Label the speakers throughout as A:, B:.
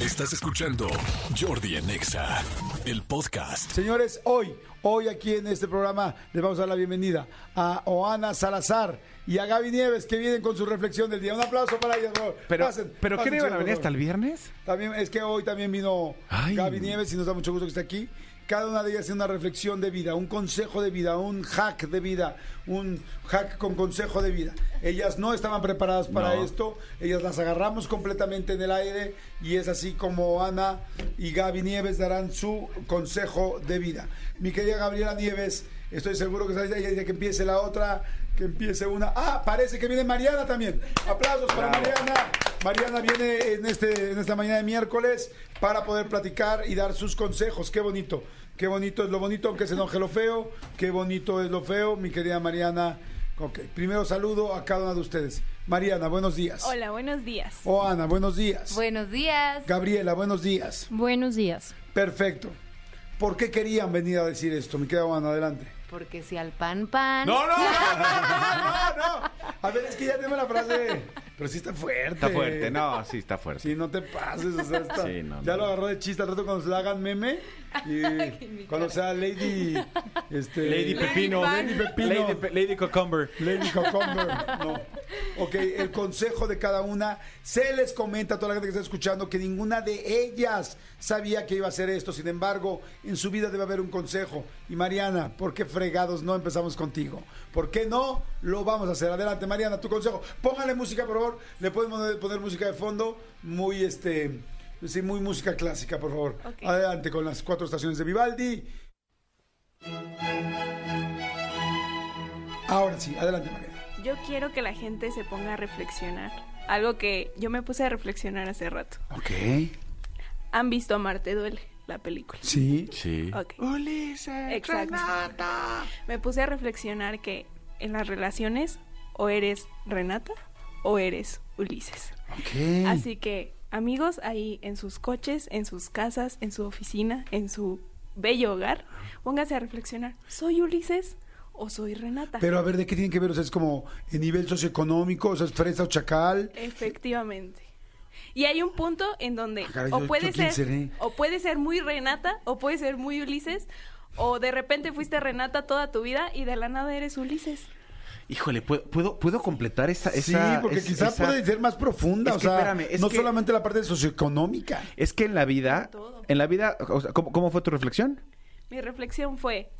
A: Estás escuchando Jordi en EXA, el podcast.
B: Señores, hoy, hoy aquí en este programa les vamos a dar la bienvenida a Oana Salazar y a Gaby Nieves que vienen con su reflexión del día. Un aplauso para ellas, por favor.
C: Pero,
B: Pasen,
C: pero ¿qué
B: pasen,
C: no iban a
B: chicos,
C: venir
B: por
C: hasta el viernes?
B: favor. También es que hoy también vino
C: Ay.
B: Gaby Nieves y nos da mucho gusto que esté aquí. Cada una de ellas tiene una reflexión de vida, un consejo de vida, un hack de vida, un hack con consejo de vida. Ellas no estaban preparadas para
C: No.
B: esto, ellas las agarramos completamente en el aire y es así como Ana y Gaby Nieves darán su consejo de vida. Mi querida Gabriela Nieves, estoy seguro que sabes, ella dice que empiece la otra, que empiece una. Ah, parece que viene Mariana también. Aplausos para Mariana. Mariana viene en, este, en esta mañana de miércoles para poder platicar y dar sus consejos. Qué bonito, qué bonito es lo bonito, aunque se enoje lo feo, qué bonito es lo feo, mi querida Mariana. Ok, primero saludo a cada una de ustedes. Mariana, buenos días.
D: Hola, buenos días.
B: Oana, buenos días.
E: Buenos días.
B: Gabriela, buenos días.
E: Buenos días.
B: Perfecto. ¿Por qué querían venir a decir esto? Mi querida Oana, adelante.
E: Porque si al pan pan.
C: no,
B: No, no. A ver, es que ya tengo la frase. Pero sí está fuerte.
C: Está fuerte, no, sí está fuerte.
B: Sí, no te pases, o sea, está-
C: Sí, no,
B: ya
C: no.
B: lo agarró de chiste al rato cuando se la hagan meme y cuando sea Lady este
C: Lady Pepino.
B: Lady Pepino.
C: Lady, Pe- Lady Cucumber.
B: Lady Cucumber, no. Ok, el consejo de cada una. Se les comenta a toda la gente que está escuchando que ninguna de ellas sabía que iba a hacer esto. Sin embargo, en su vida debe haber un consejo. Y Mariana, ¿por qué fregados no empezamos contigo? ¿Por qué no lo vamos a hacer? Adelante, Mariana, tu consejo. Póngale música, por favor. Le podemos poner- poner música de fondo. Muy, este... Sí, muy música clásica, por favor.
D: Ok.
B: Adelante con las cuatro estaciones de Vivaldi. Ahora sí, adelante, Mariana.
D: Yo quiero que la gente se ponga a reflexionar. Algo que yo me puse a reflexionar hace rato.
B: Ok.
D: ¿Han visto Marte Duele? La película.
B: Sí.
C: Sí.
D: Ok.
C: Ulises.
D: Exacto.
C: Renata.
D: Me puse a reflexionar que en las relaciones o eres Renata o eres Ulises.
B: Ok.
D: Así que, amigos, ahí en sus coches, en sus casas, en su oficina, en su bello hogar, pónganse a reflexionar. ¿Soy Ulises o soy Renata?
B: Pero a ver, ¿de qué tienen que ver? O sea, es como el nivel socioeconómico, o sea, es fresa o chacal.
D: Efectivamente. Y hay un punto en donde
B: Ah, caray, yo-
D: o
B: yo
D: puede
B: quién
D: ser
B: seré.
D: o puede ser muy Renata o puede ser muy Ulises o de repente fuiste Renata toda tu vida y de la nada eres Ulises.
C: Híjole, ¿puedo, puedo, puedo completar esa.
B: sí,
C: esa-
B: porque
C: es-
B: quizás
C: esa-
B: puede ser más profunda,
C: Es
B: o
C: que
B: sea,
C: espérame, es
B: no
C: que-
B: solamente la parte socioeconómica.
C: Es que en la vida.
D: Todo.
C: En la vida. o sea, ¿cómo, cómo fue tu reflexión?
D: Mi reflexión fue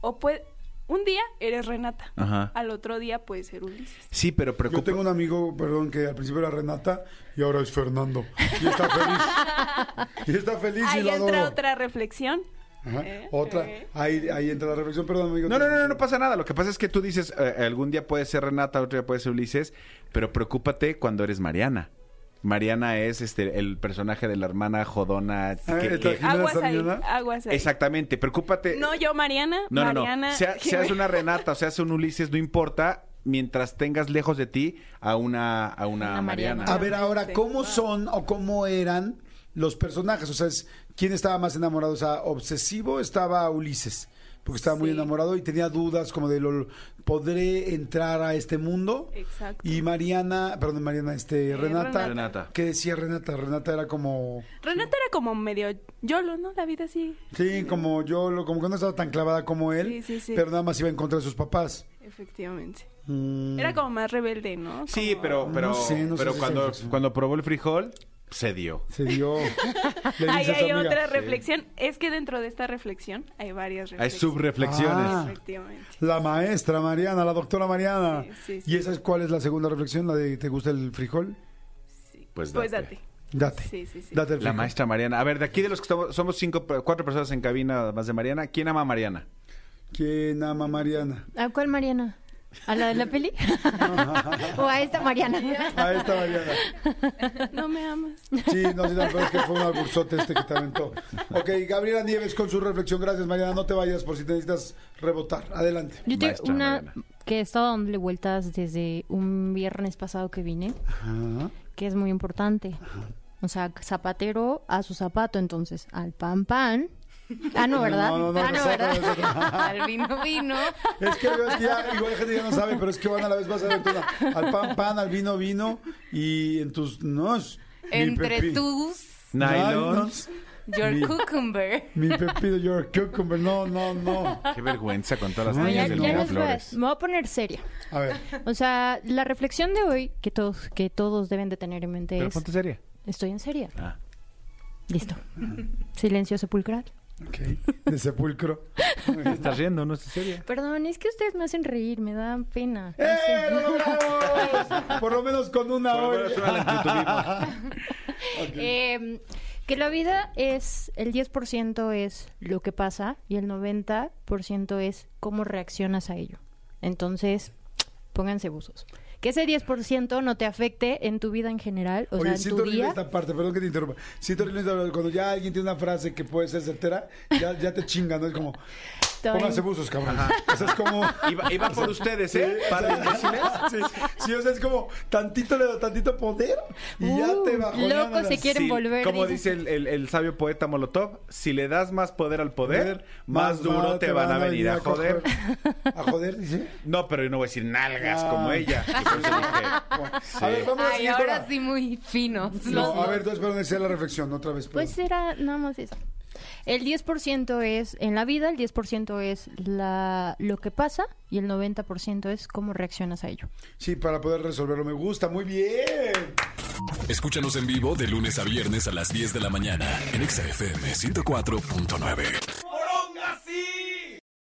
D: o puede un día eres Renata,
C: Ajá.
D: al otro día puede ser Ulises.
C: Sí, pero preocupa.
B: Yo tengo un amigo, perdón, que al principio era Renata y ahora es Fernando. Y está feliz. y está feliz y
D: Ahí
B: lo
D: entra
B: adoro.
D: otra reflexión.
B: Ajá,
D: ¿Eh?
B: Otra.
D: ¿Eh?
B: Ahí, ahí entra la reflexión, perdón, amigo.
C: No, no, no, no, no pasa nada. Lo que pasa es que tú dices, eh, algún día puede ser Renata, otro día puede ser Ulises, pero preocúpate cuando eres Mariana. Mariana es este el personaje de la hermana jodona.
B: Ah,
C: que-
B: está
C: que-
B: ¿Jimena
D: Aguas ahí,
B: Sariñana?
D: aguas ahí.
C: exactamente, preocúpate.
D: No yo Mariana,
C: Eh, no, no, no.
D: Mariana.
C: Sea- seas una Renata o seas un Ulises, no importa, mientras tengas lejos de ti a una, a una,
E: Una
C: Mariana.
E: Mariana.
B: A ver ahora,
D: Exactamente.
B: ¿cómo son o cómo eran los personajes? O sea, es- ¿quién estaba más enamorado? O sea, obsesivo estaba Ulises, porque estaba muy
D: Sí.
B: enamorado y tenía dudas como de, lo, ¿podré entrar a este mundo?
D: Exacto.
B: Y Mariana, perdón, Mariana, este,
D: Eh,
B: Renata,
D: Renata.
C: Renata.
B: ¿Qué decía Renata? Renata era como...
D: Renata era como medio yolo, ¿no? La vida así.
B: Sí, como yo, lo- como que no estaba tan clavada como él,
D: Sí, sí, sí.
B: pero nada más iba en contra de sus papás.
D: Efectivamente.
B: Mm.
D: Era como más rebelde, ¿no?
C: Sí,
D: Como-
C: pero, pero,
B: No sé, no sé
C: pero
B: si
C: cuando,
B: sea-
C: cuando probó el frijol, se dio.
B: Se dio... Le dice
D: Ahí
B: a su
D: hay
B: amiga,
D: otra reflexión. Es que dentro de esta reflexión hay varias
C: Hay
D: reflexiones.
C: subreflexiones.
B: Ah.
D: Efectivamente.
B: La maestra Mariana, la doctora Mariana.
D: Sí, sí, sí.
B: ¿Y esa es cuál es la segunda reflexión? ¿La de te gusta el frijol?
D: Sí.
C: Pues
D: Pues
C: date.
D: date.
B: Date.
D: Sí, sí, sí.
B: Date el
C: La
B: frijol.
C: maestra Mariana. A ver, de aquí de los que estamos, somos cinco, cuatro personas en cabina, más de Mariana. ¿Quién ama a Mariana?
B: ¿Quién ama a Mariana?
E: ¿A cuál Mariana? ¿A la de la peli? ¿O a esta Mariana?
B: A esta Mariana.
D: No me amas.
B: Sí, no sé, pero es que fue un alburzote este que te aventó. Ok, Gabriela Nieves con su reflexión. Gracias, Mariana. No te vayas por si te necesitas rebotar. Adelante.
E: Yo tengo
C: Maestra
E: una
C: Mariana.
E: que he estado dándole vueltas desde un viernes pasado que vine,
B: Ajá.
E: que es muy importante. O sea, zapatero a su zapato, entonces, al pan pan. Ah, no, ¿verdad?
B: No, no, no,
E: ah, no,
B: nosotros, nosotros.
E: ¿verdad? al vino vino.
B: Es que, es que ya, igual la gente ya no sabe, pero es que van a la vez vas a ver toda- al pan, pan, al vino, vino y en tus nos. mi
E: Entre
B: pepí.
E: tus
C: Nylons.
F: Your
B: Mi-
F: cucumber.
B: Mi Pepito, your cucumber. No, no, no.
C: Qué vergüenza con todas las
B: Ay,
E: Ya,
C: niñas
E: ya
C: del
E: les voy a-
C: Mundo Flores.
E: me voy a poner seria.
B: A ver,
E: O sea, la reflexión de hoy que todos, que todos deben de tener en mente
C: Pero
E: es...
C: ponte seria.
E: Estoy en seria.
C: Ah.
E: Listo. Silencio sepulcral.
B: ok, de sepulcro.
C: Estás riendo, no estás seria.
E: Perdón, es que ustedes me hacen reír, me dan pena. No
B: ¡Eh,
E: sé.
B: lo logramos! Por lo menos con una
C: Por lo
B: hoy.
C: menos una la
E: Eh, que la vida es, el 10% es lo que pasa y el 90% es cómo reaccionas a ello. Entonces, pónganse buzos. Que ese 10% no te afecte en tu vida en general, o
B: Oye,
E: sea, en tu
B: siento horrible
E: día.
B: esta parte, perdón que te interrumpa. Siento horrible esta parte, cuando ya alguien tiene una frase que puede ser certera, ya, ya te chingan, ¿no? Es como,
E: Ay,
B: pónganse buzos, cabrón. O sea, es como...
C: Iba, iba por ustedes, ¿eh? Para de imbéciles.
B: Sí, sí, o sea, es como tantito le tantito poder y ya
E: Uh,
B: te bajonean a
E: loco se
B: las-
E: Quieren
C: Si-
E: volver,
C: Como
E: dice.
C: dice el, el- el sabio poeta Molotov, si le das más poder al poder, más, duro
B: mal
C: te van a venir a joder.
B: A joder, dice.
C: No, pero yo no voy a decir nalgas
B: Ah.
C: como ella. Y por eso dije, sí.
B: A ver, vamos a
F: Ay,
B: seguir.
F: ahora sí muy finos. los
B: No, a
F: dos.
B: ver, entonces, perdón, decía la reflexión otra vez. perdón.
E: Pues era nada más eso. El 10% es en la vida, el 10% es la, lo que pasa y el 90% es cómo reaccionas a ello.
B: Sí, para poder resolverlo. Me gusta, muy bien.
A: Escúchanos en vivo de lunes a viernes a las 10 de la mañana en Exa FM 104.9.